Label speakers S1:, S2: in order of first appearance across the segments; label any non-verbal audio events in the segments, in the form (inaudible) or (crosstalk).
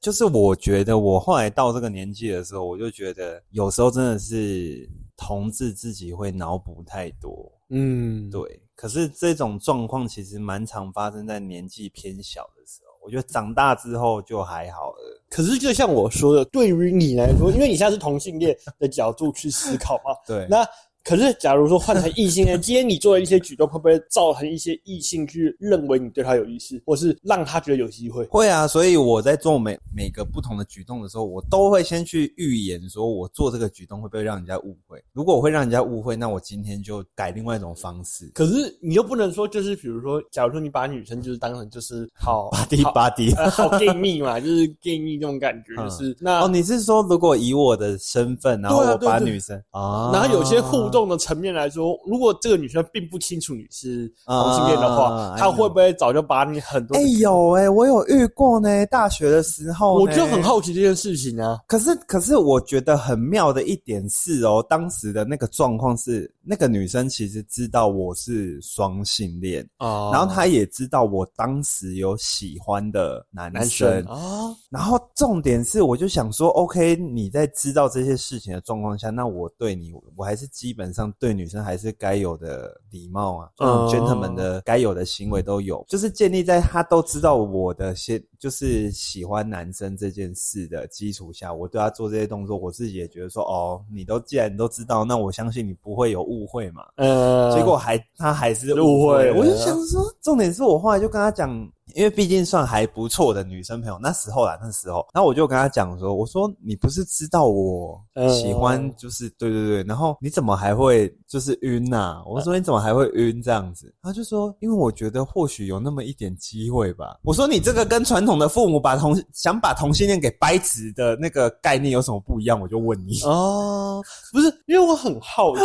S1: 就是我觉得我后来到这个年纪的时候，我就觉得有时候真的是同志自己会脑补太多，
S2: 嗯，
S1: 对。可是这种状况其实蛮常发生在年纪偏小的时候，我觉得长大之后就还好了。
S2: 可是就像我说的，对于你来说，因为你现在是同性恋的角度去思考嘛，
S1: 对，
S2: 那可是假如说换成异性恋，今天你做的一些举动，会不会造成一些异性去认为你对他有意思，或是让他觉得有机会？
S1: 会啊，所以我在做每每个不同的举动的时候，我都会先去预言，说我做这个举动会不会让人家误会。如果我会让人家误会，那我今天就改另外一种方式。
S2: 可是你又不能说，就是比如说，假如说你把女生就是当成就是好 (laughs)
S1: 巴迪
S2: 好
S1: 巴迪，
S2: 呃好 gay 蜜嘛，就是 gay 蜜那种感觉，就是那
S1: 哦，你是说如果以我的身份，然后
S2: 啊对啊
S1: 我把
S2: 对对
S1: 女生啊，
S2: 然后有些互动的层面来说，如果这个女生并不清楚你是同性恋的
S1: 啊
S2: 话，她
S1: I know
S2: 会不会早就把你很多
S1: 哎？有哎、我有遇过呢，大学的时候，
S2: 我就很。好奇这件事情啊。
S1: 可是，可是我觉得很妙的一点是哦，当时的那个状况是，那个女生其实知道我是双性恋，
S2: 啊
S1: 然后她也知道我当时有喜欢的男
S2: 男
S1: 生，
S2: 生啊，
S1: 然后重点是，我就想说，OK，你在知道这些事情的状况下，那我对你，我还是基本上对女生还是该有的礼貌啊，这种
S2: 哦
S1: gentleman 的该有的行为都有，就是建立在他都知道我的些就是喜欢男生这件事的基础下，我对他做这些动作，我自己也觉得说，哦，你都既然都知道，那我相信你不会有误会嘛。
S2: 呃，
S1: 结果还他还是
S2: 误会了
S1: 我就想说，重点是我后来就跟他讲，因为毕竟算还不错的女生朋友，那时候啦，那时候，然后我就跟他讲说，我说你不是知道我
S2: 嗯
S1: 喜欢，就是、对对对，然后你怎么还会就是晕呐、我说你怎么还会晕这样子？他就说，因为我觉得或许有那么一点机会吧。我说你这个跟传统的父母把同想把同性恋给掰直的那个概念有什么不一样？我就问你，
S2: 哦，不是，因为我很好
S1: (laughs)
S2: 奇，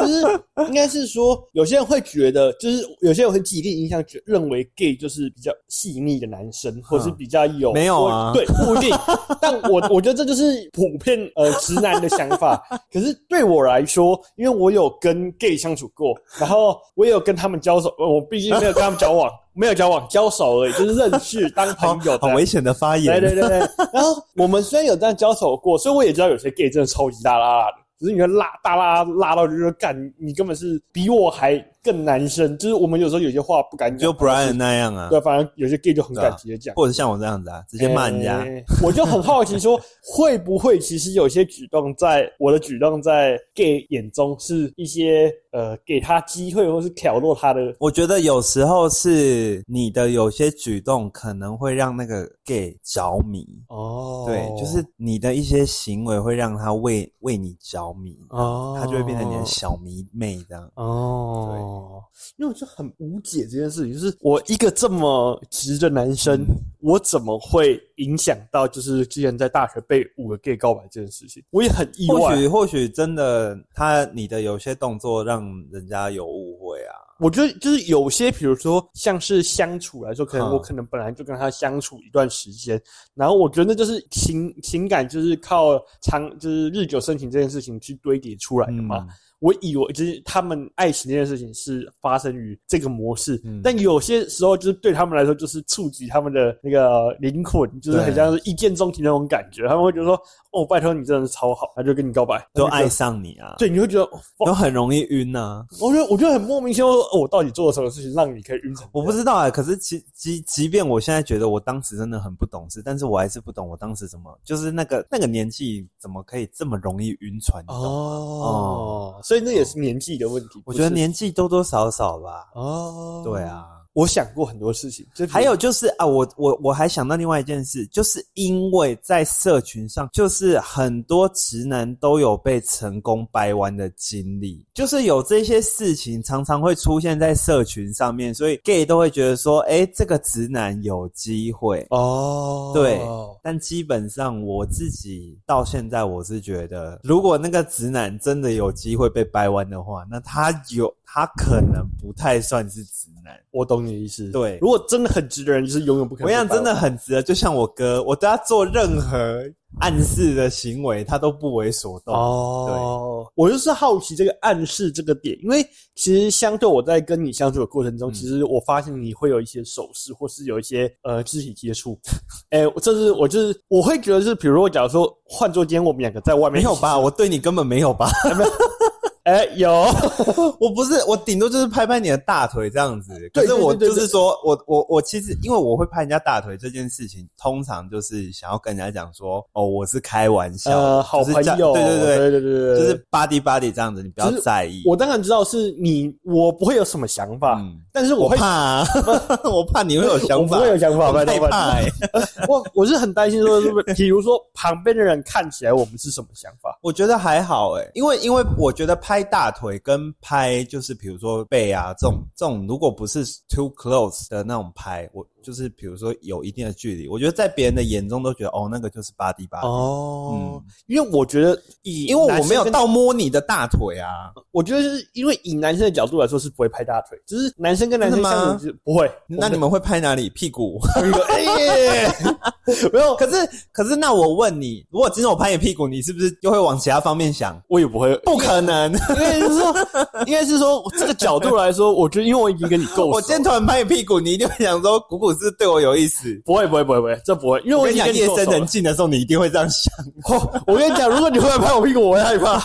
S2: 就是应该是说，有些人会觉得，就是有些人会既定印象，觉认为 gay 就是比较细腻的男生，或是比较有
S1: 嗯没有啊
S2: 我对，不一定。
S1: (laughs)
S2: 但我我觉得这就是普遍呃直男的想
S1: (laughs)
S2: 法。可是对我来说，因为我有跟 gay 相处过，然后我也有跟他们交手，呃我毕竟没有跟他们交往，没有交往，交手而已，就是认识当朋友
S1: (laughs) 好
S2: 的
S1: 危险的发言，
S2: 对对对 (laughs) 对。然后我们虽然有这样交手过，所以我也知道有些 gay 真的超级大拉拉的，只是你会拉大拉拉到就是说干，你根本是比我还更男生。就是我们有时候有些话不敢讲，
S1: 就 Brian 那样啊。
S2: 对，反正有些 gay 就很敢直接讲。
S1: 或者像我这样子啊，直接骂人家。
S2: 欸我就很好奇说会不会其实有些举动在我的举动在 gay 眼中是一些呃给他机会或是挑落他的
S1: 我觉得有时候是你的有些举动可能会让那个 gay 着迷，
S2: 哦
S1: 对，就是你的一些行为会让他为为你着迷，
S2: 哦
S1: 他就会变成你的小迷妹这样。
S2: 哦，因为我就很无解这件事情，就是嗯我一个这么直的男生，我怎么会影响到就是之前在大学被五个 gay 告白这件事情？我也很意
S1: 或
S2: 外。
S1: 许或许真的他你的有些动作让人家有误会啊，
S2: 我觉得就是有些，比如说像是相处来说，可能
S1: 嗯
S2: 我可能本来就跟他相处一段时间，然后我觉得那就是情情感就是靠长就是日久生情这件事情去堆叠出来的嘛。
S1: 嗯，
S2: 我以为就是他们爱情这件事情是发生于这个模式，
S1: 嗯
S2: 但有些时候就是对他们来说就是触及他们的那个灵魂，就是很像是一见钟情那种感觉。他们会觉得说：“哦，拜托你真的是超好。”他就跟你告白，
S1: 都
S2: 他就觉得
S1: 爱。上你啊，
S2: 对，你会觉得，哦哇
S1: 都很容易晕啊。
S2: 我觉得我觉得很莫名其妙，说哦我到底做了什么事情让你可以晕成这样？
S1: 我不知道啊、可是其即即便我现在觉得我当时真的很不懂事，但是我还是不懂我当时怎么就是那个那个年纪怎么可以这么容易晕船？你懂吗
S2: 哦，所以那也是年纪的问题。
S1: 我觉得
S2: 不是
S1: 年纪多多少少吧。
S2: 哦，
S1: 对，啊，
S2: 我想过很多事情，就比如
S1: 还有就是啊，我我我还想到另外一件事，就是因为在社群上，就是很多直男都有被成功掰弯的经历，就是有这些事情常常会出现在社群上面，所以 gay 都会觉得说，哎、这个直男有机会。
S2: 哦，
S1: 对但基本上我自己到现在，我是觉得，如果那个直男真的有机会被掰弯的话，那他有他可能不太算是直男。
S2: 我懂你的意思。
S1: 对
S2: 如果真的很直的人，就是永远不可
S1: 啊
S2: 能。
S1: 我想真的，很直的，就像我哥，我对他做任何暗示的行为，他都不为所动。
S2: 哦，我就是好奇这个暗示这个点，因为其实相对我在跟你相处的过程中，
S1: 嗯
S2: 其实我发现你会有一些手势，或是有一些呃肢体接触。 (laughs) 哎、我这是我就是我会觉得是，比如说假如说换做今天我们两个在外
S1: 没
S2: 面
S1: 有吧？我对你根本没有吧？
S2: (laughs)
S1: (laughs)
S2: 哎、有
S1: 我不是，我顶多就是拍拍你的大腿这样子。可
S2: 对
S1: 是我
S2: 对对对
S1: 就是说，我我我其实因为我会拍人家大腿这件事情，通常就是想要跟人家讲说，哦，我是开玩笑，
S2: 呃好
S1: 就是
S2: 朋
S1: 这样
S2: 友，
S1: 对对对，
S2: 对对对
S1: 就
S2: 对，对
S1: 是 body body 这样子，你不要
S2: 就是
S1: 在意。
S2: 我当然知道是你，我不会有什么想法，
S1: 嗯
S2: 但是
S1: 我
S2: 会
S1: 怕、啊，
S2: (laughs)
S1: (laughs) 我怕你会有想法，
S2: 我不会有想法，
S1: 我
S2: 拜
S1: 害
S2: 托拜托
S1: 怕、欸。
S2: (laughs) 我我是很担心说，是不是比如说旁边的人看起来我们是什么想
S1: (laughs)
S2: 法？
S1: 我觉得还好诶、因为因为我觉得拍大腿跟拍就是比如说背啊这种这种，如果不是 too close 的那种拍，我就是比如说有一定的距离，我觉得在别人的眼中都觉得哦那个就是 body body，、
S2: 哦，因为我觉得以
S1: 因为我没有
S2: 男生跟，
S1: 到摸你的大腿啊，
S2: 我觉得是因为以男生的角度来说是不会拍大腿，只是男生跟男
S1: 真
S2: 生
S1: 的吗
S2: 相处是不会。
S1: 那你们会拍哪里？屁
S2: (laughs)
S1: 股？
S2: 我们有一个哎耶，
S1: 没有。可是可是那我问你，如果今天我拍你屁股，你是不是就会往其他方面想？
S2: (laughs) 我也不会，
S1: 不可
S2: (laughs)
S1: 能。
S2: 应该是说，应该是说这个角度来说，我觉得因为我已经跟你够熟，
S1: 我今天突然拍你屁股，你一定会想说，谷谷是不是对我有意思。
S2: 不会不会不会不会，这不会，因为
S1: 我
S2: 我
S1: 跟
S2: 已
S1: 你
S2: 经
S1: 讲，
S2: 跟你
S1: 夜
S2: 够
S1: 深
S2: 熟
S1: 人
S2: 了。
S1: 静的时候，你一定会这样想。
S2: 我跟你讲，如果你会来拍我屁股，我会害怕，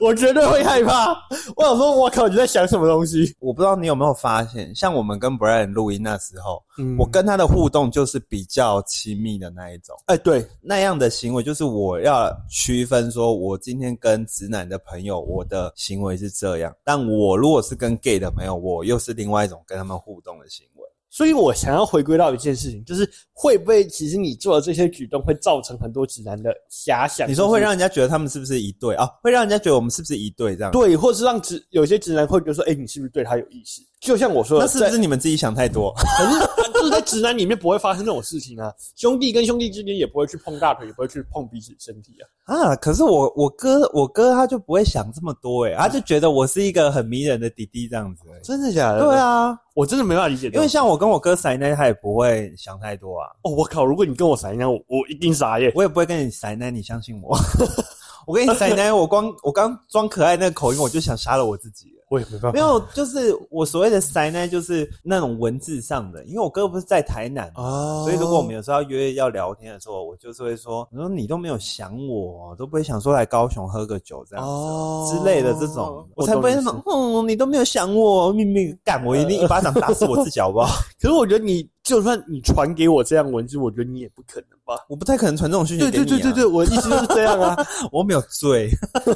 S2: 我绝对会害怕。我想说，我靠，你在想什么东西？
S1: (laughs) 我不知道你有没有发现，像我们跟 Brian 录音那时候，
S2: 嗯
S1: 我跟他的互动就是比较亲密的那一种，
S2: 哎、对，
S1: 那样的行为就是我要区分，说我今天跟直男的朋友，我的行为是这样；但我如果是跟 gay 的朋友，我又是另外一种跟他们互动的行为。
S2: 所以我想要回归到一件事情，就是会不会其实你做的这些举动会造成很多直男的遐想？
S1: 你说会
S2: 就是
S1: 让人家觉得他们哎是不是一对啊？会让人家觉得我们是不是一对这样？，
S2: 对，或是让直有些直男会觉得说，哎、你是不是对他有意思？就像我说的，
S1: 那是不是你们自己想太多？
S2: 在可是 (laughs) 就是在直男里面不会发生这种事情啊，兄弟跟兄弟之间也不会去碰大腿，也不会去碰彼此身体啊。
S1: 啊，可是我我哥我哥他就不会想这么多欸诶，他就觉得我是一个很迷人的弟弟这样子而已。
S2: 真的假的
S1: 对，啊，
S2: 我真的没办法理解
S1: 因
S2: 这种。
S1: 为像我跟我哥塞奶，他也不会想太多啊，
S2: 哦，我靠！如果你跟我闪一样，我我一定傻耶。
S1: 我也不会跟你塞奶，你相信我。 (laughs) 我跟你塞奶，我光我刚装可爱那个口音，我就想杀了我自己了。
S2: 我也没办法
S1: 没。有，就是我所谓的塞奶，就是那种文字上的，因为我哥不是在台南嘛。
S2: 啊
S1: 所以，如果我们有时候要约要聊天的时候，我就是会说：“我说你都没有想我，哦都不会想说来高雄喝个酒这样子。”
S2: 哦
S1: 之类的这种，我才不会那种
S2: 种。，
S1: 嗯，你都呃没有想我，明明干我一定一巴掌打死我自己，好不好？
S2: 可是我觉得你就算你传给我这样文字，我觉得你也不可能
S1: (laughs)
S2: 吧？
S1: 我不太可能传这种讯息
S2: 对
S1: 给你、
S2: 对
S1: 啊。
S2: 对对对，我的意思就是这样 (laughs) 啊。
S1: 对，我没有醉， (laughs)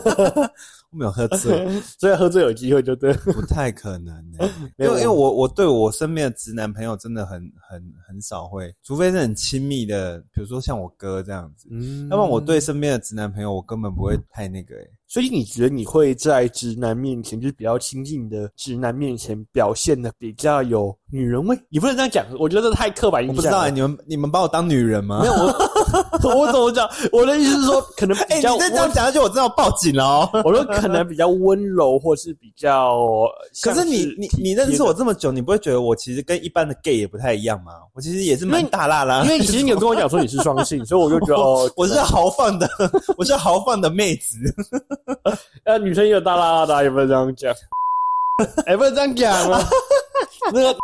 S1: 我没有喝醉， (laughs)
S2: 所以喝醉有机会就对。
S1: 不太可能、 (laughs) 欸。
S2: 没
S1: 因
S2: 有
S1: 为因为我我对我身边的直男朋友真的很很很少会，除非是很亲密的，比如说像我哥这样子。
S2: 嗯
S1: 要不然我，对身边的直男朋友，我根本不会太那个、欸。
S2: 所以你觉得你会在直男面前，就是比较亲近的直男面前表现的比较有女人味？你不能这样讲，我觉得这太刻板印
S1: 我
S2: 象。
S1: 不知道、欸、你们你们把我当女人吗？
S2: 没有我， (laughs) 我怎么讲？我的意思是说，可能
S1: (laughs) 哎、
S2: 比较
S1: 你再这样
S2: 温，
S1: 讲下去，我真的要报警了哦。
S2: 我说可能比较温柔，或是比较
S1: 可
S2: 像
S1: 是
S2: 是
S1: 你你你认识我这么久，你不会觉得我其实跟一般的 gay 也不太一样吗？我其实也是蛮大辣啦，
S2: 因为其实你有跟我讲说你是双 (laughs) 性，所以我就觉得哦，
S1: (laughs) 我是豪放的， (laughs) 我是豪放的妹子。
S2: 呃，女生也有大拉拉的啊，也不能这样讲， (laughs) 哎、不能这样讲啊， (laughs) 那个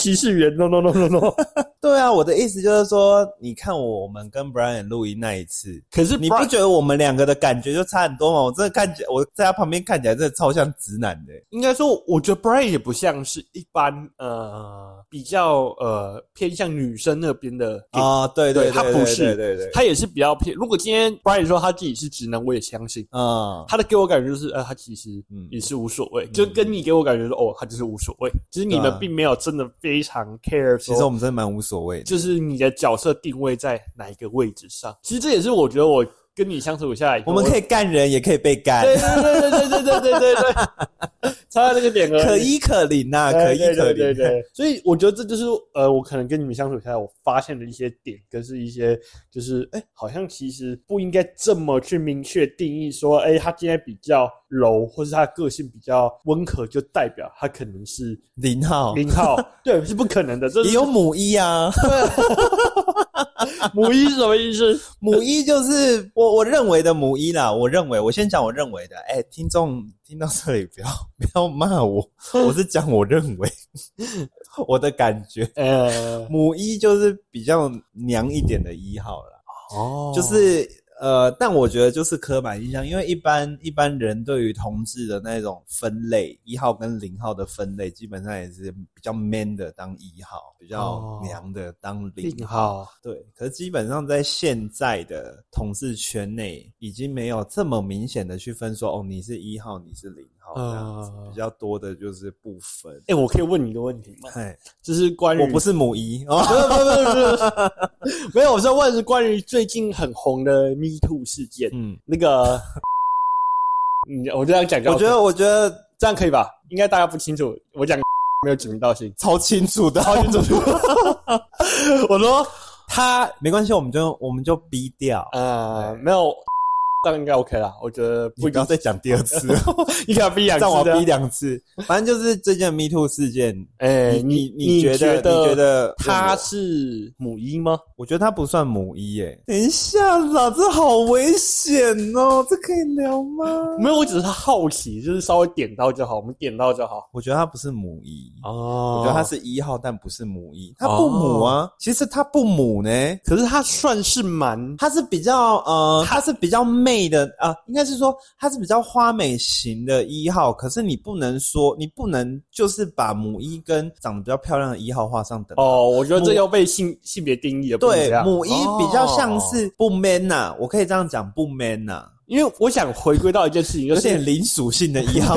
S2: 歧视语言，no no no no no。
S1: 对啊，我的意思就是说，你看我们跟 Brian 录音那一次，
S2: 可是
S1: 你不觉得我们两个的感觉就差很多吗？我真的看起来，我在他旁边看起来真的超像直男的、
S2: 应该说，我觉得 Brian 也不像是一般呃比较呃偏向女生那边的 gay，、
S1: 啊、对
S2: 对
S1: 他
S2: 他
S1: 不
S2: 不
S1: 是，
S2: 是
S1: 对对，
S2: 他也是比较偏。如果今天 Brian 说他自己是直男，我也相信。
S1: 嗯，
S2: 他的给我感觉就是，呃，他其实
S1: 嗯
S2: 也是无所谓，就跟你给我感觉说，哦，他就是无所谓。其实你
S1: 对
S2: 们
S1: 啊
S2: 并没有真的非常 care
S1: 其
S2: 说。
S1: 实我们真的蛮无所谓的。
S2: 就是你的角色定位在哪一个位置上。其实这也是我觉得我跟你相处下来以
S1: 我
S2: 后，
S1: 们可以干人，也可以被干，
S2: 对对对对对对对对对，差在这个点而
S1: 可。
S2: 已
S1: 一可零呐、啊，可
S2: 对
S1: 一
S2: 对
S1: 可
S2: 对
S1: 零。
S2: 对对，所以我觉得这就是呃，我可能跟你们相处下来，我发现的一些点，跟是一些就是哎、好像其实不应该这么去明确定义说，哎、他今天比较柔，或是他个性比较温和，就代表他可能是
S1: 零号
S2: 零号，对，是不可能的，这是
S1: 也有母一啊。
S2: 母一是什么意思？
S1: 母一就是我我认为的母一啦，我认为我先讲我认为的，哎、听众听到这里不要 (laughs) 不要骂我，我是讲我认为 (laughs) 我的感觉，
S2: 呃，
S1: 母一就是比较娘一点的一号啦，
S2: 哦
S1: 就是呃，但我觉得就是刻板印象，因为一般一般人对于同志的那种分类，一号跟零号的分类，基本上也是比较 man 的当一号，比较
S2: 哦
S1: 娘的当
S2: 零
S1: 零号。
S2: 号，
S1: 对，可是基本上在现在的同事圈内，已经没有这么明显的去分说哦，你是一号，你是零号这样子，
S2: 嗯
S1: 比较多的就是不分。
S2: 哎、我可以问你一个问题吗？
S1: 哎，
S2: 就是关于
S1: 我不是母一哦，
S2: 没有，我是问是关于最近很红的 Me Too 事件，
S1: 嗯，
S2: 那个，你我这样讲就
S1: 我
S2: OK，
S1: 觉得我觉得
S2: 这样可以吧？应该大家不清楚，我讲没有指名道姓，
S1: 超清楚的，
S2: 超清楚
S1: 我说他没关系，我们就我们就逼掉，
S2: 啊、没有，这样应该 OK 啦。我觉得
S1: 不
S2: 不
S1: 要再讲第二次，
S2: (laughs) 一定要逼
S1: (laughs)
S2: 两
S1: 让
S2: 次
S1: 我
S2: 的
S1: 逼。两次。反正就是最近的 Me Too 事件，
S2: 哎、
S1: 你你
S2: 你
S1: 觉得你觉得
S2: 他是母一吗？
S1: 我觉得他不算母一耶。等一下啦，这好危险哦，这可以聊吗？
S2: 没有，我只是好奇，就是稍微点到就好，我们点到就好。
S1: 我觉得他不是母一。
S2: 哦
S1: 我觉得他，是一号，但不是母一，他不母啊。其实他不母呢，
S2: 可是他算是蛮
S1: 他是比较呃，他是比较媚的啊、呃应该是说他是比较花美型的一号。可是你不能说，你不能就是把母一跟长得比较漂亮的一号画上等号。
S2: 哦，我觉得
S1: 母
S2: 这又被性性别定义了。不能
S1: 对
S2: 这，样
S1: 母一比较像
S2: 哦
S1: 是不 man 呐、我可以这样讲，不 man 呐、
S2: 因为我想回归到一件事情，就
S1: 有
S2: 是
S1: 点零属性的一号。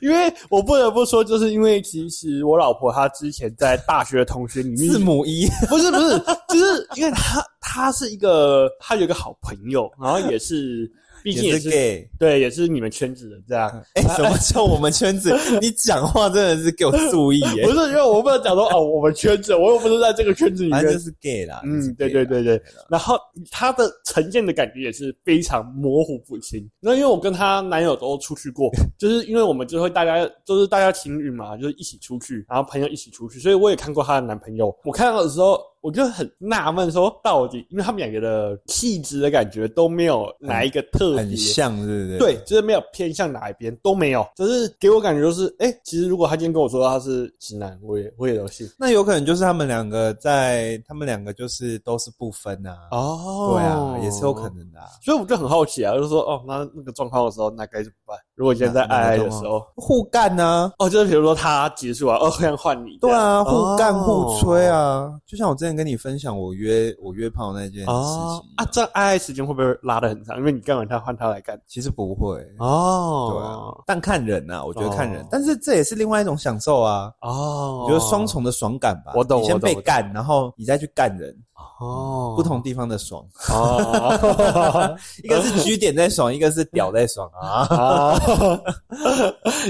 S2: 因为我不得不说，就是因为其实我老婆她之前在大学的同学里面，
S1: 字母一，
S2: (laughs) 不是不是，就是因为她她是一个她有一个好朋友，然后
S1: (laughs)
S2: 也是，毕竟
S1: 也
S2: 也
S1: 是
S2: 是
S1: gay。
S2: 对，也是你们圈子的
S1: (laughs)
S2: 这样。
S1: 哎、什么叫我们圈
S2: (laughs)
S1: 子？你讲话真的是给我注意耶
S2: 不！是因为我不能讲说哦，我们圈子，我又不是在这个圈子里
S1: 反
S2: 面
S1: 正。就是 gay 啦。啊就是
S2: 嗯，对
S1: gay
S2: 对
S1: 啦
S2: 对对
S1: gay 啦。
S2: 然后她的呈现的感觉也是非常模糊不清。那因为我跟她男友都出去
S1: (laughs)
S2: 过，就是因为我们就会大家就是大家情侣嘛，就是一起出去，然后朋友一起出去，所以我也看过她的男朋友。我看到的时候，我就很纳闷，说到底，因为他们两个的气质的感觉都没有哪一个特别。
S1: 很像，是不是？
S2: 对，就是没有偏向哪一边都没有，就是给我感觉就是，哎、其实如果他今天跟我说他是直男，我也我也有信
S1: 那有可能就是他们两个在，他们两个就是都是不分啊。
S2: 哦
S1: 对啊，也是有可。能的、啊。
S2: 所以我就很好奇啊，就是说，哦，那那个状况的时候，那该怎么办？如果现在
S1: 哪
S2: 爱爱
S1: 哪
S2: 的
S1: 个
S2: 时
S1: 状
S2: 候，
S1: 互干呢、
S2: 哦，就是比如说他结束啊，哦，想换你，
S1: 对啊，
S2: 这样哦
S1: 互干互吹，啊。就像我之前跟你分享我约我约炮那件事情、
S2: 哦啊，这样爱爱时间会不会拉得很长？因为你干完他换他来干，
S1: 其实不会。对啊
S2: 哦，，
S1: 但看人呐、啊，我觉得看人，
S2: 哦
S1: 但是这也是另外一种享受啊。
S2: 对啊，哦，
S1: 我觉得双重的爽感吧，
S2: 我懂
S1: 你
S2: 我
S1: 先
S2: 懂
S1: 被
S2: 我懂
S1: 干，然后你再去干人，
S2: 哦，
S1: 不同地方的爽，
S2: 哦，
S1: 一个是 G 点在爽，一个是屌在爽啊。
S2: 啊，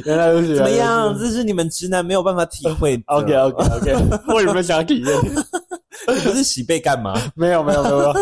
S2: 原来如此，
S1: 怎么
S2: (laughs) 原来如此
S1: 样？这是你们直男没有办法体会的。
S2: (laughs) ？OK OK OK，我有没有想要体验？
S1: (laughs) 你不是洗被干
S2: (laughs)
S1: 嘛？
S2: 没有没有没有没有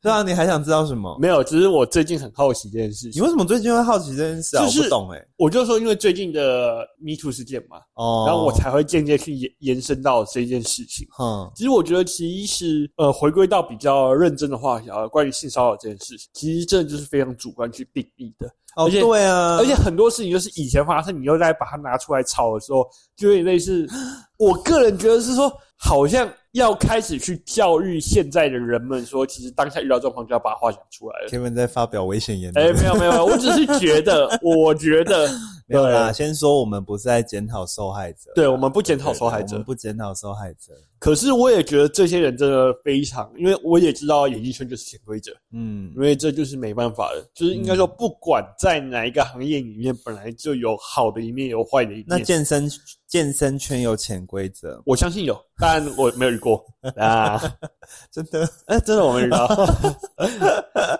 S1: 对啊，你还想知道什么？
S2: 没有，只是我最近很好奇这件事
S1: 你
S2: 情。
S1: 为什么最近会好奇这件事啊？
S2: 就是
S1: 我不懂哎、
S2: 我就说，因为最近的 Me Too 事件嘛，
S1: 哦，
S2: 然后我才会间接去延延伸到这件事情。
S1: 哼，哦
S2: 其实我觉得，其实呃，回归到比较认真的话题啊，关于性骚扰这件事情，其实真的就是非常主观去定义的。
S1: 哦，
S2: 而且
S1: 对啊，
S2: 而且很多事情就是以前发生，你又在把它拿出来炒的时候，就有点类似。我个人觉得是说，好像要开始去教育现在的人们说，其实当下遇到状况就要把话讲出来了。
S1: Kevin 在发表危险言
S2: 哎、
S1: 论。
S2: 没有没有，没有我只是觉得，我觉得
S1: 没有啦，先说我们不是在检讨受害者，
S2: 对，我们不检讨
S1: 对，
S2: 受害
S1: 我
S2: 者
S1: 们，不检讨受害者。
S2: 可是我也觉得这些人真的非常，因为我也知道演艺圈就是潜规则，
S1: 嗯
S2: 因为这就是没办法的，就是应该说，不管在哪一个行业里面，本来就有好的一面，有坏的一
S1: 那
S2: 面。
S1: 健身健身圈有潜规则，
S2: 我相信有，但我没有遇过啊！
S1: 真的
S2: 哎、真的我没遇到，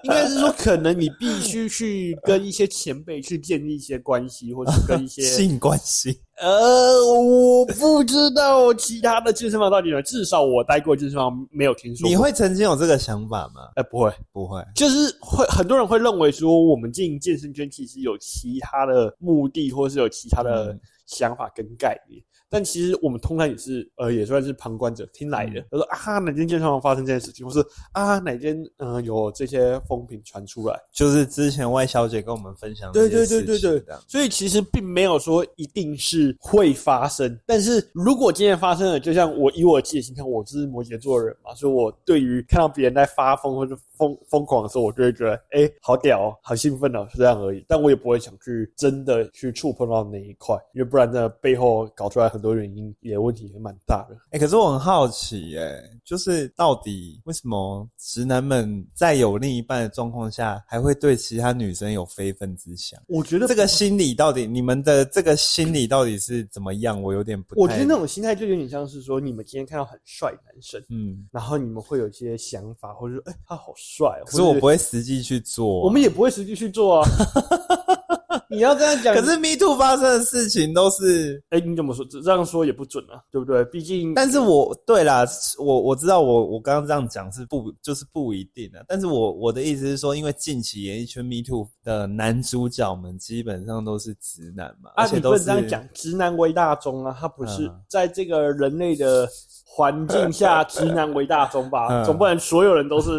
S2: 应该是说，可能你必须去跟一些前辈去建立一些关系，或者跟
S1: (laughs)
S2: 一些
S1: 性关系
S2: 呃，我不知道其他的健身房到底有，至少我待过的健身房没有听说
S1: (laughs)
S2: 过。
S1: 你会曾经有这个想法吗？
S2: 哎、不会，
S1: 不会，
S2: 就是会很多人会认为说，我们进健身圈其实有其他的目的，或是有其他的
S1: 嗯
S2: 想法跟概念。但其实我们通常也是呃也算是旁观者，听来的。他说啊哪间健身房发生这件事情，或是啊哪间嗯、呃有这些风评传出来。
S1: 就是之前外小姐跟我们分享的
S2: 对
S1: 这些
S2: 对
S1: 事
S2: 对
S1: 情，
S2: 对对
S1: 这样，
S2: 所以其实并没有说一定是会发生，但是如果今天发生了，就像我以我自己的心看，我就是摩羯座的人嘛，所以我对于看到别人在发疯或者疯疯狂的时候，我就会觉得，哎、好屌、哦，好兴奋哦，是这样而已。但我也不会想去真的去触碰到那一块，因为不然的背后搞出来很多原因，也问题也蛮大的。
S1: 哎、可是我很好奇、哎，就是到底为什么直男们在有另一半的状况下，还会对其他女生有非分之想？
S2: 我觉得
S1: 这个心理到底，你们的这个心理到底是怎么样？我有点不太……
S2: 我觉得那种心态就有点像是说，你们今天看到很帅的男生。
S1: 嗯，
S2: 然后你们会有一些想法，或者说，哎、他好帅、哦。
S1: 可是我
S2: 或者
S1: 不会实际去做。
S2: 我们也不会实际去
S1: (laughs)
S2: 做啊。你要这样讲，
S1: 可是 Me Too 发生的事情都是，
S2: 哎、你怎么说？这这样说也不准啊，对不对？毕竟，
S1: 但是我对啦，我我知道我我刚刚这样讲是不就是不一定的，但是我我的意思是说，因为近期演艺圈 Me Too 的男主角们基本上都是直男嘛，
S2: 啊，
S1: 而且
S2: 你
S1: 都
S2: 不
S1: 是
S2: 能这样讲，直男为大宗啊，他不是
S1: 嗯
S2: 在这个人类的环
S1: (laughs)
S2: 境下，直男为大宗吧？
S1: 嗯
S2: 总不能所有人都
S1: (laughs)
S2: 是。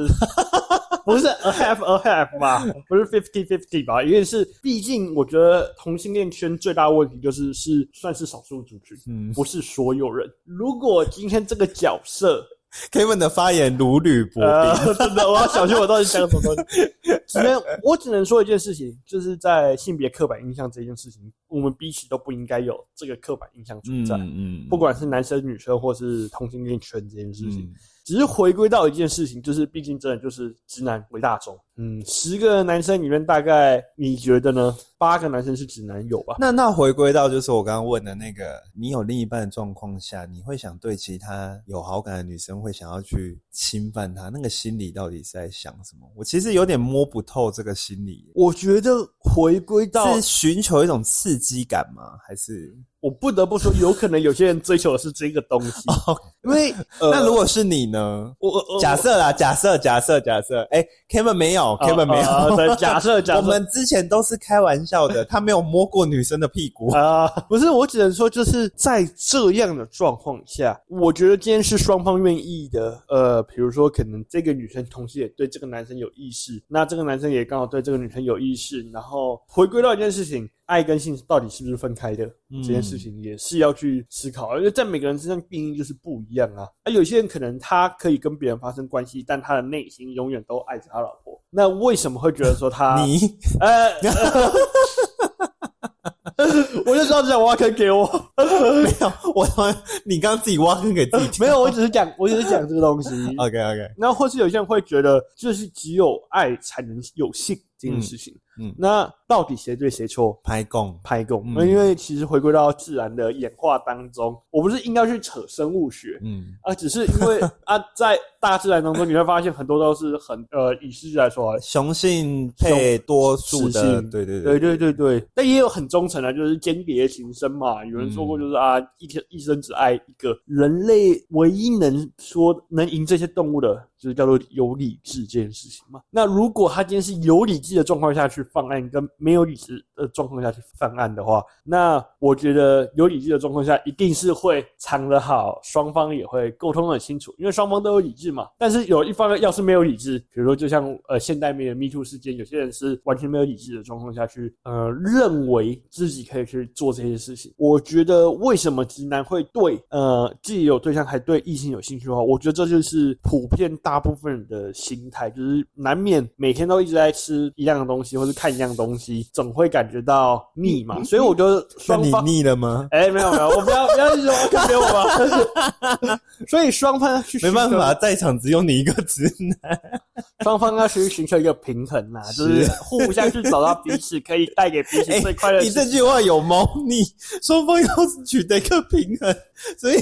S2: 不是 a half a half 吧，不是 fifty fifty 吧，因为是，毕竟我觉得同性恋圈最大的问题就是是算是少数族群，
S1: 嗯
S2: 不是所有人。如果今天这个角色
S1: Kevin 的发言如履薄冰。
S2: 呃， (laughs) 真的，我要小心我到底讲什么东
S1: (laughs)
S2: 西。只能我只能说一件事情，就是在性别刻板印象这件事情，我们彼此都不应该有这个刻板印象存
S1: 嗯
S2: 在。
S1: 嗯，
S2: 不管是男生、女生，或是同性恋圈这件事情，
S1: 嗯
S2: 只是回归到一件事情，就是毕竟真的就是直男为大众。嗯，十个男生里面，大概你觉得呢？八个男生是直男，有吧？
S1: 那那回归到就是我刚刚问的那个，你有另一半的状况下，你会想对其他有好感的女生会想要去侵犯她，那个心理到底是在想什么？我其实有点摸不透这个心理，
S2: 我觉得回归到
S1: 是寻求一种刺激感吗？还是、
S2: 我不得不说，有可能有些人追求的是这个东
S1: (laughs)
S2: 西，因为、呃
S1: 哦那如果是你呢？
S2: 我我
S1: 假设啦，假设假设假设，哎、k e v i n 没有、k e v i n 没有。
S2: 啊对假 (laughs) 设假
S1: 我
S2: 设
S1: 们之前都是开玩笑的，他没有摸过女生的屁股。
S2: 啊、不是，我只能说，就是在这样的状况下，我觉得今天是双方愿意的。呃，比如说，可能这个女生同时也对这个男生有意识，那这个男生也刚好对这个女生有意识，然后回归到一件事情，爱跟性到底是不是分开的、
S1: 嗯
S2: 这件事情，也是要去思考，因为在每个人身上定义就是不一样啊。那有些人可能他可以跟别人发生关系，但他的内心永远都爱着他老婆，那为什么会觉得说他
S1: 你
S2: 呃，呃 (laughs) 我就知道这样挖坑给我，
S1: (laughs) 没有，我你刚刚自己挖坑给自己
S2: 没有，我只是讲，我只是讲这个东西。
S1: OK OK，
S2: 那或是有些人会觉得，就是只有爱才能有性这件事情。
S1: 嗯嗯
S2: 那到底谁对谁错？
S1: 拍供，
S2: 拍供，
S1: 嗯
S2: 因为其实回归到自然的演化当中，我不是硬要去扯生物学，
S1: 嗯
S2: 啊，只是因为 (laughs) 啊，在大自然当中，你会发现很多都是很呃，以世来说啊，，
S1: 雄性配多数
S2: 雄
S1: 的，
S2: 性
S1: 对对
S2: 对对对对，但也有很忠诚的，就是间谍情深嘛。有人说
S1: 嗯
S2: 过，就是啊，一天一生只爱一个。人类唯一能说能赢这些动物的，就是叫做有理智这件事情嘛。那如果他今天是有理智的状况下去犯案，跟没有理智的状况下去犯案的话，那我觉得有理智的状况下，一定是会藏得好，双方也会沟通的清楚，因为双方都有理智嘛。但是有一方要是没有理智，比如说就像呃现代面的 Me Too 事件，有些人是完全没有理智的状况下去，呃，认为自己可以去做这些事情。我觉得为什么直男会对呃自己有对象还对异性有兴趣的话，我觉得这就是普遍大部分人的心态，就是难免每天都一直在吃一样的东西，或是看一样东西，总会感觉到腻
S1: (laughs)
S2: 嘛。所以我觉得
S1: 那
S2: 双
S1: 你 (laughs)
S2: 方
S1: 腻了吗？
S2: (laughs) 哎、没有没有，我不要不要一直我看别我吧。 (laughs) 所以双方要去
S1: 没
S2: 寻求
S1: 办法，，在场只有你一个直男。
S2: 双方要去寻求一个平衡呐、啊就是互相去找到彼此可以带给
S1: (laughs)
S2: 彼此最快乐
S1: 哎
S2: 的
S1: 你
S2: 事情。
S1: 这句话有猫腻，双方要取得一个平衡，所以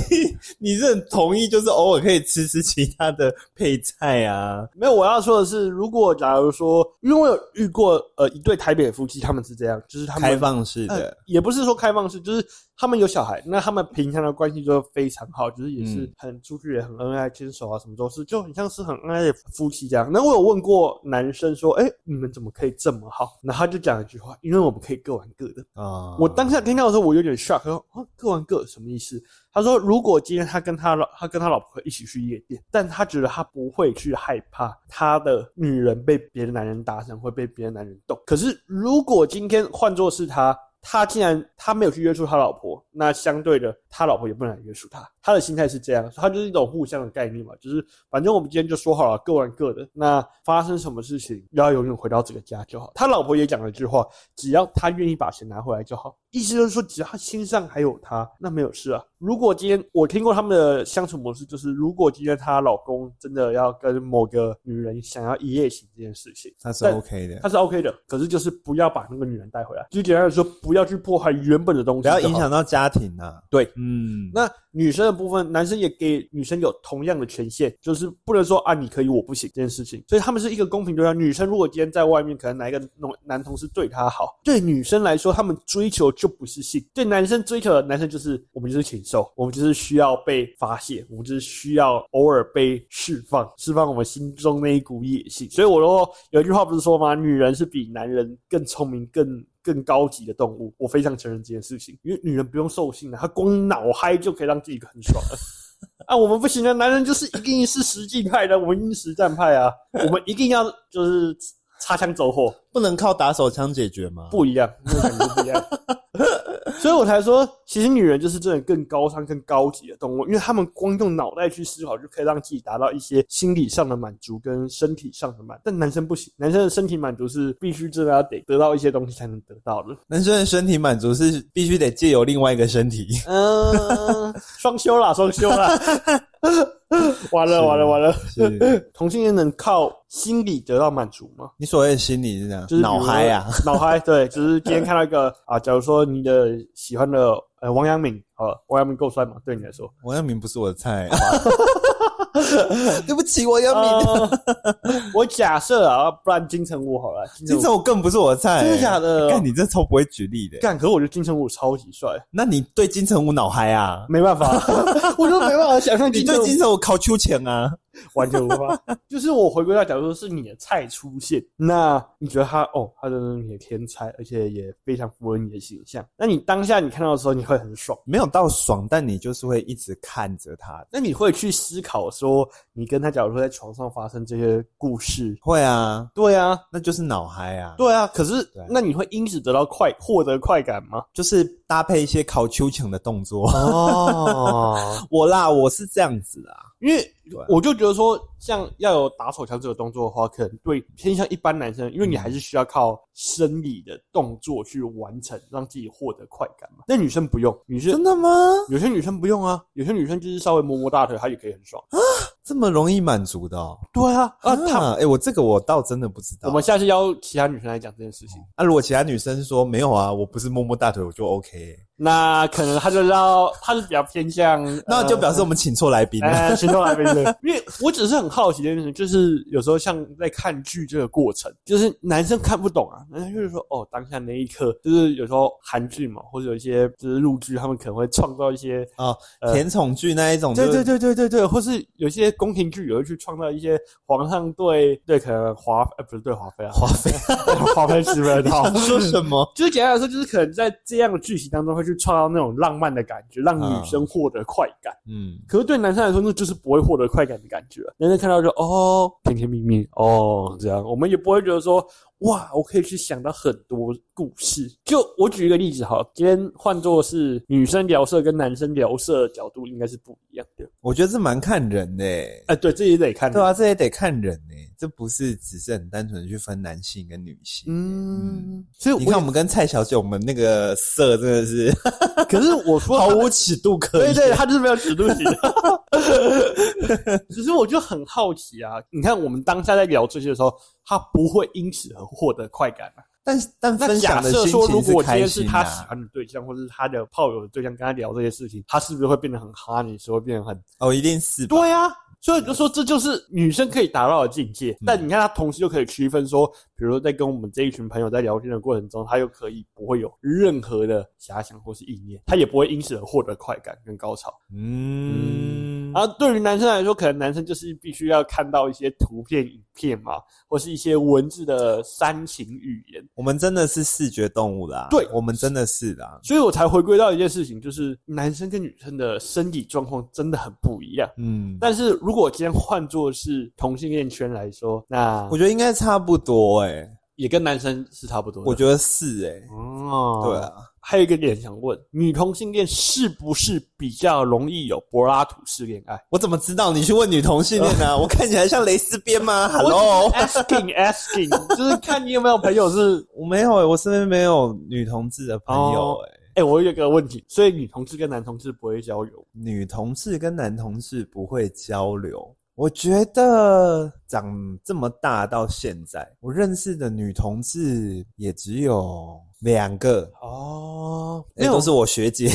S1: 你这种同意就是偶尔可以吃吃其他的配菜啊。
S2: 没有，我要说的是，如果假如说，因为我有遇过呃一对台北夫妻，他们是这样，就是他们
S1: 开放式
S2: 呃
S1: 的，
S2: 也不是说开放式，就是他们有小孩，那他们平常的关系就非常好，就是也
S1: 嗯
S2: 是很出去也很恩爱，牵手啊什么都是，就很像是很恩爱的夫妻这样。那我有问过男生说，哎、你们怎么可以这么好？然后他就讲一句话，因为我们可以各玩各的。
S1: 啊
S2: 我当下听到的时候，我有点 shock，说啊，各玩各什么意思？他说，如果今天他跟他老他跟他老婆一起去夜店，但他觉得他不会去害怕他的女人被别的男人搭讪，会被别的男人动。可是如果今天换作是他，他竟然他没有去约束他老婆，那相对的他老婆也不能来约束他。他的心态是这样，他就是一种互相的概念嘛，就是反正我们今天就说好了，各玩各的。那发生什么事情，要永远回到这个家就好。他老婆也讲了一句话，只要他愿意把钱拿回来就好。意思就是说，只要他心上还有他，那没有事啊。如果今天我听过他们的相处模式，就是如果今天她老公真的要跟某个女人想要一夜情这件事情，
S1: 他是
S2: 但
S1: OK 的，
S2: (laughs) 他是 OK 的，可是就是不要把那个女人带回来。就简单的说，不要去破坏原本的东西，
S1: 不要影。响到家庭呐、
S2: 对，
S1: 嗯，
S2: 那女生的部分，男生也给女生有同样的权限，就是不能说啊你可以我不行这件事情。所以他们是一个公平对待。女生如果今天在外面，可能哪一个男男同事对她好，对女生来说，他们追求就不是性；对男生追求的，男生就是我们就是禽兽，我们就是需要被发泄，我们就是需要偶尔被释放，释放我们心中那一股野性。所以我说有一句话不是说吗？女人是比男人更聪明、更更高级的动物，我非常承认这件事情，因为女人不用兽性的，啊她光脑嗨就可以让自己很爽了。 (laughs) 啊，我们不行啊，男人就是一定是实际派的，我们一定实战派啊，我们一定要就是擦枪走火，
S1: 不能靠打手枪解决吗？，
S2: 不一样，那个感觉不一样。所以我才说，其实女人就是真的更高尚、更高级的动物，因为她们光用脑袋去思考，就可以让自己达到一些心理上的满足跟身体上的满足。但男生不行，男生的身体满足是必须真的要得得到一些东西才能得到的。
S1: 男生的身体满足是必须得借由另外一个身体。
S2: 嗯， (laughs) 双休啦，双休啦，完了
S1: 是
S2: 完了完了！
S1: (laughs) 是
S2: 同性恋能靠心理得到满足吗？
S1: 你所谓的心理是这样，
S2: 就是比如
S1: 脑
S2: 说
S1: 嗨 (laughs) 啊，，
S2: 脑嗨，对，就是今天看到一个 (laughs) 啊，假如说你的喜欢的呃王阳明，好了，王阳明够帅嘛？对你来说，
S1: 王阳明不是我的 (laughs) 菜，啊对不起， (laughs) 王阳明，
S2: 呃、我假设啊，不然金城武好了，金
S1: 金城武更不是我的菜，
S2: 真的假的
S1: 看你这超不会举例的，
S2: 干，可是我觉得金城武超级帅，
S1: 那你对金城武脑嗨啊？
S2: 没办
S1: (laughs)
S2: 法，我就没办法想 (laughs) 象
S1: 你
S2: 金
S1: 对
S2: 城武
S1: 金城武考秋千啊？
S2: 完全无
S1: (laughs)
S2: 法。就是我回归到，假如说是你的菜出现，那你觉得他哦，他真的是你的天才，而且也非常符合你的形象。那你当下你看到的时候，你会很爽。
S1: 没有到爽，但你就是会一直看着他。
S2: 那你会去思考说，你跟他假如说在床上发生这些故事，
S1: 会啊，
S2: 对啊，
S1: 那就是脑嗨啊。，
S2: 对啊。可是
S1: 对
S2: 那你会因此得到快获得快感吗？ (laughs)
S1: 就是搭配一些考秋千的动作。
S2: 啊哦，
S1: 我啦，我是这样子啦。
S2: 因为
S1: 对啊
S2: 我就觉得说，像要有打手枪这个动作的话，可能对偏向一般男生，因为你
S1: 嗯
S2: 还是需要靠生理的动作去完成，让自己获得快感嘛。那女生不用，女生
S1: 真的吗？
S2: 有些女生不用啊，有些女生就是稍微摸摸大腿，她也可以很爽。
S1: 这么容易满足的哦？
S2: 对啊，
S1: 啊
S2: 啊，，她
S1: 哎、我这个我倒真的不知道。
S2: 我们下次邀其他女生来讲这件事情，
S1: 啊，如果其他女生说没有啊，我不是摸摸大腿我就 OK，
S2: 那可能她就要，她是比较偏 (laughs) 向，
S1: 那就
S2: 呃
S1: 表示我们请错来宾了。
S2: 哎，行动来宾的， (laughs) 因为我只是很好奇的一件事情，就是有时候像在看剧这个过程，就是男生看不懂啊，男生就是说哦，当下那一刻，就是有时候韩剧嘛，或者有一些就是陆剧，他们可能会创造一些，
S1: 哦，
S2: 呃
S1: 甜宠剧那一种，
S2: 对
S1: 就是
S2: 对，对对对对，或是有些宫廷剧也会去创造一些皇上对对可能华呃不是对华妃啊，
S1: 花费
S2: (laughs) 华妃是不是 (laughs) 很好？
S1: (laughs) 说什么？
S2: 就是简单来说，就是可能在这样的剧情当中会去创造那种浪漫的感觉，让女生获得快感。
S1: 嗯，
S2: 可是对男生来说，那就是不会获得快感的感觉。男生看到就哦，甜甜蜜蜜哦，这样我们也不会觉得说哇，我可以去想到很多故事。就我举一个例子哈，今天换作是女生聊色跟男生聊色的角度应该是不一样的。
S1: 我觉得这蛮看人的、欸。
S2: 哎、对，这也得看。
S1: 对啊，这也得看人呢、这不是只是很单纯地去分男性跟女性。
S2: 嗯，所以
S1: 你
S2: 我
S1: 看我们跟蔡小姐，我们那个色真的是
S2: 可是我说
S1: 毫无尺度可
S2: 对
S1: 言。
S2: 对，他就是没有尺度型。 (laughs) 只是我就很好奇啊，你看我们当下在聊这些的时候，他不会因此而获得快感吗？
S1: 但但
S2: 那
S1: 分
S2: 假
S1: 享的
S2: 设
S1: 心
S2: 说，
S1: 情
S2: 如果我今
S1: 开
S2: 天是
S1: 心
S2: 他喜
S1: 啊。
S2: 欢的对象，或者是他啊的炮友的对象，跟他聊这些事情，他是不是会变得很哈？你说会变得很
S1: 哦，一定是吧
S2: 对啊？所以我就说这就是女生可以达到的境界。但你看，她同时又可以区分说，比如说在跟我们这一群朋友在聊天的过程中，她又可以不会有任何的遐想或是意念，她也不会因此而获得快感跟高潮。
S1: 嗯，
S2: 啊，对于男生来说，可能男生就是必须要看到一些图片、影片嘛，或是一些文字的煽情语言，
S1: 我们真的是视觉动物啦，
S2: 对
S1: 我们真的是啦，
S2: 所以我才回归到一件事情，就是男生跟女生的身体状况真的很不一样。
S1: 嗯，
S2: 但是如果今天换作是同性恋圈来说，那
S1: 我觉得应该差不多哎、
S2: 也跟男生是差不多的。
S1: 我觉得是哎、
S2: 哦，
S1: 对。啊，
S2: 还有一个点想问，女同性恋是不是比较容易有柏拉图式恋爱
S1: 我怎么知道你去问女同性恋呢、我看起来像蕾丝边吗？Hello，
S2: 哦 (laughs) 我只是？Asking asking，就是看你有没有朋友是
S1: 我没有、欸，我身边没有女同志的朋友
S2: 哦
S1: 哎、
S2: 哎、我有一个问题，所以女同志跟男同志不会交友，
S1: 女同志跟男同志不会交流。我觉得长这么大到现在，我认识的女同志也只有两个，
S2: 哦，
S1: 那、
S2: 没有
S1: 哎都是我学 (laughs) 姐。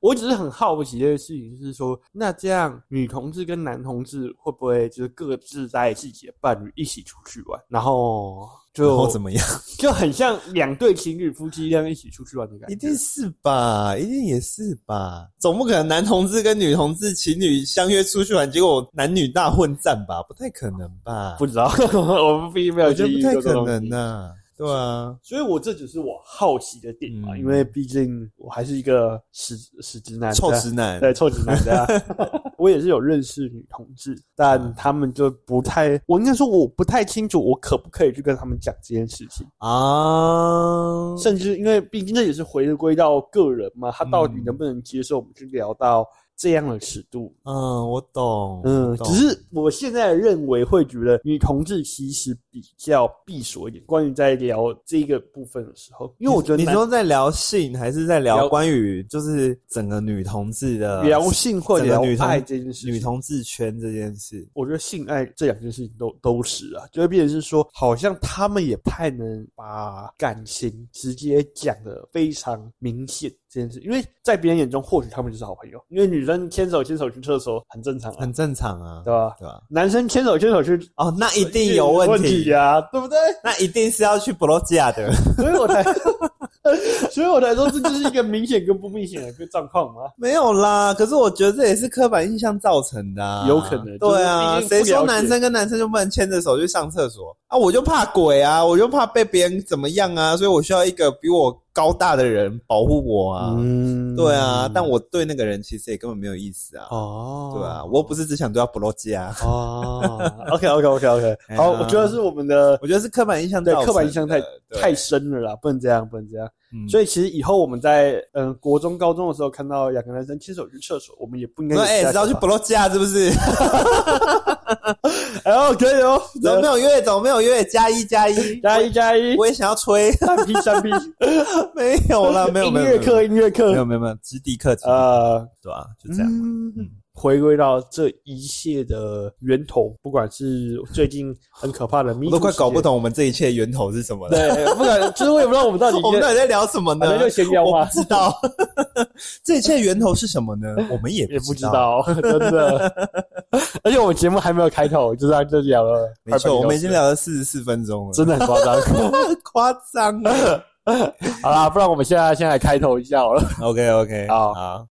S2: 我只是很好奇一件事情，就是说，那这样女同志跟男同志会不会就是各自带自己的伴侣一起出去玩，然后就
S1: 然后怎么样？
S2: 就很像两对情侣夫妻一样一起出去玩的感觉？
S1: 一定是吧，一定也是吧，总不可能男同志跟女同志情侣相约出去玩，结果男女大混战吧？不太可能吧？
S2: 不知道， (laughs) 我们毕竟没有
S1: 我觉得
S2: 经
S1: 不
S2: 历
S1: 太
S2: 过这
S1: 可
S2: 种
S1: 能
S2: 东西
S1: 呐、啊。对啊，
S2: 所以我这只是我好奇的点嘛，
S1: 嗯
S2: 因为毕竟我还是一个死死直男，
S1: 臭
S2: 对啊
S1: 直男。
S2: 对，臭直男的、
S1: (laughs)
S2: 啊。我也是有认识女同志，
S1: 嗯
S2: 但他们就不太，我应该说我不太清楚，我可不可以去跟他们讲这件事情？
S1: 啊，
S2: 甚至因为毕竟这也是回归到个人嘛，他到底
S1: 嗯
S2: 能不能接受我们去聊到这样的尺度？
S1: 嗯，我懂，
S2: 嗯
S1: 我，懂
S2: 只是我现在认为会觉得女同志其实比较闭锁一点，关于在聊这个部分的时候，因为我觉得
S1: 你
S2: 男
S1: 说在聊性，还是在聊
S2: 聊
S1: 关于就是整个女同志的
S2: 聊性或
S1: 整个
S2: 聊
S1: 女同
S2: 爱这件事情，
S1: 女同志圈这件事？
S2: 我觉得性爱这两件事情都都是啊，就会变成是说，好像他们也不太能把感情直接讲的非常明显这件事，因为在别人眼中或许他们就是好朋友，因为女生牵手牵手去厕所很正常啊，
S1: 很正常啊，
S2: 对吧？
S1: 对吧？
S2: 男生牵手牵手去
S1: 哦，那一定有问
S2: 问题啊，对不对？
S1: 那一定是要去博洛吉亚的。 (laughs)
S2: 所以我才，所以我才说这就是一个明显跟不明显的一个状况嘛。
S1: 没有啦，可是我觉得这也是刻板印象造成的、啊，
S2: 有可能
S1: 对啊，
S2: 就是毕竟不
S1: 谁
S2: 了解
S1: 说男生跟男生就不能牵着手去上厕所啊？我就怕鬼啊，我就怕被别人怎么样啊，所以我需要一个比我高大的人保护我啊。
S2: 嗯
S1: 对啊，但我对那个人其实也根本没有意思啊。
S2: 哦，
S1: 对啊，我又不是只想对他不落街啊， (laughs)
S2: 哦，OK OK OK OK，
S1: 哎
S2: 好，
S1: 呀
S2: 我觉得是我们的
S1: 我觉得是刻板印象
S2: 对
S1: 造成的，
S2: 刻板印象太
S1: 对
S2: 太深了啦，不能这样，不能这样。
S1: 嗯
S2: 所以其实以后我们在嗯国中、高中的时候看到两个男生牵手去厕所，我们也不应该
S1: 我说哎，是要去不落街啊，是不
S2: (laughs)
S1: 是？
S2: 哎呦，可以哦，
S1: 怎 (laughs) 么没有约？怎么没有约？加一加一，
S2: 加一加一，
S1: 我也想要吹， (laughs)
S2: 三 P 三 P，
S1: 没有
S2: (laughs)
S1: 啦，没有
S2: 音
S1: 没有
S2: 乐课
S1: 没有
S2: 音乐
S1: 没有
S2: 课，
S1: 没有没有，直敌克制，
S2: 呃，
S1: 对吧？就这样。
S2: 嗯
S1: 嗯。
S2: 回归到这一切的源头，不管是最近很可怕的，
S1: 我都快搞不。懂我们这一切源头是什么了。
S2: 对，不敢，就是我也不知道我们到
S1: (laughs)
S2: 底
S1: 我们到底在聊什么
S2: 反
S1: 呢？
S2: 正就闲聊
S1: 我
S2: 嘛
S1: 不，知道 (laughs) 这一切源头是什么
S2: (laughs)
S1: 呢？我们也
S2: 也不知
S1: 知。
S2: 道， (laughs) 真的。而且我们节目还没有开头，就这样就聊了
S1: 没
S2: 快半个小时，
S1: 错，我们已经聊了四十四分钟了，
S2: 真的很夸张。 (laughs)
S1: 夸张了。
S2: 啊
S1: (laughs)
S2: 好啦，不然我们现在先来开头一下好了。
S1: OK OK，
S2: 好
S1: 好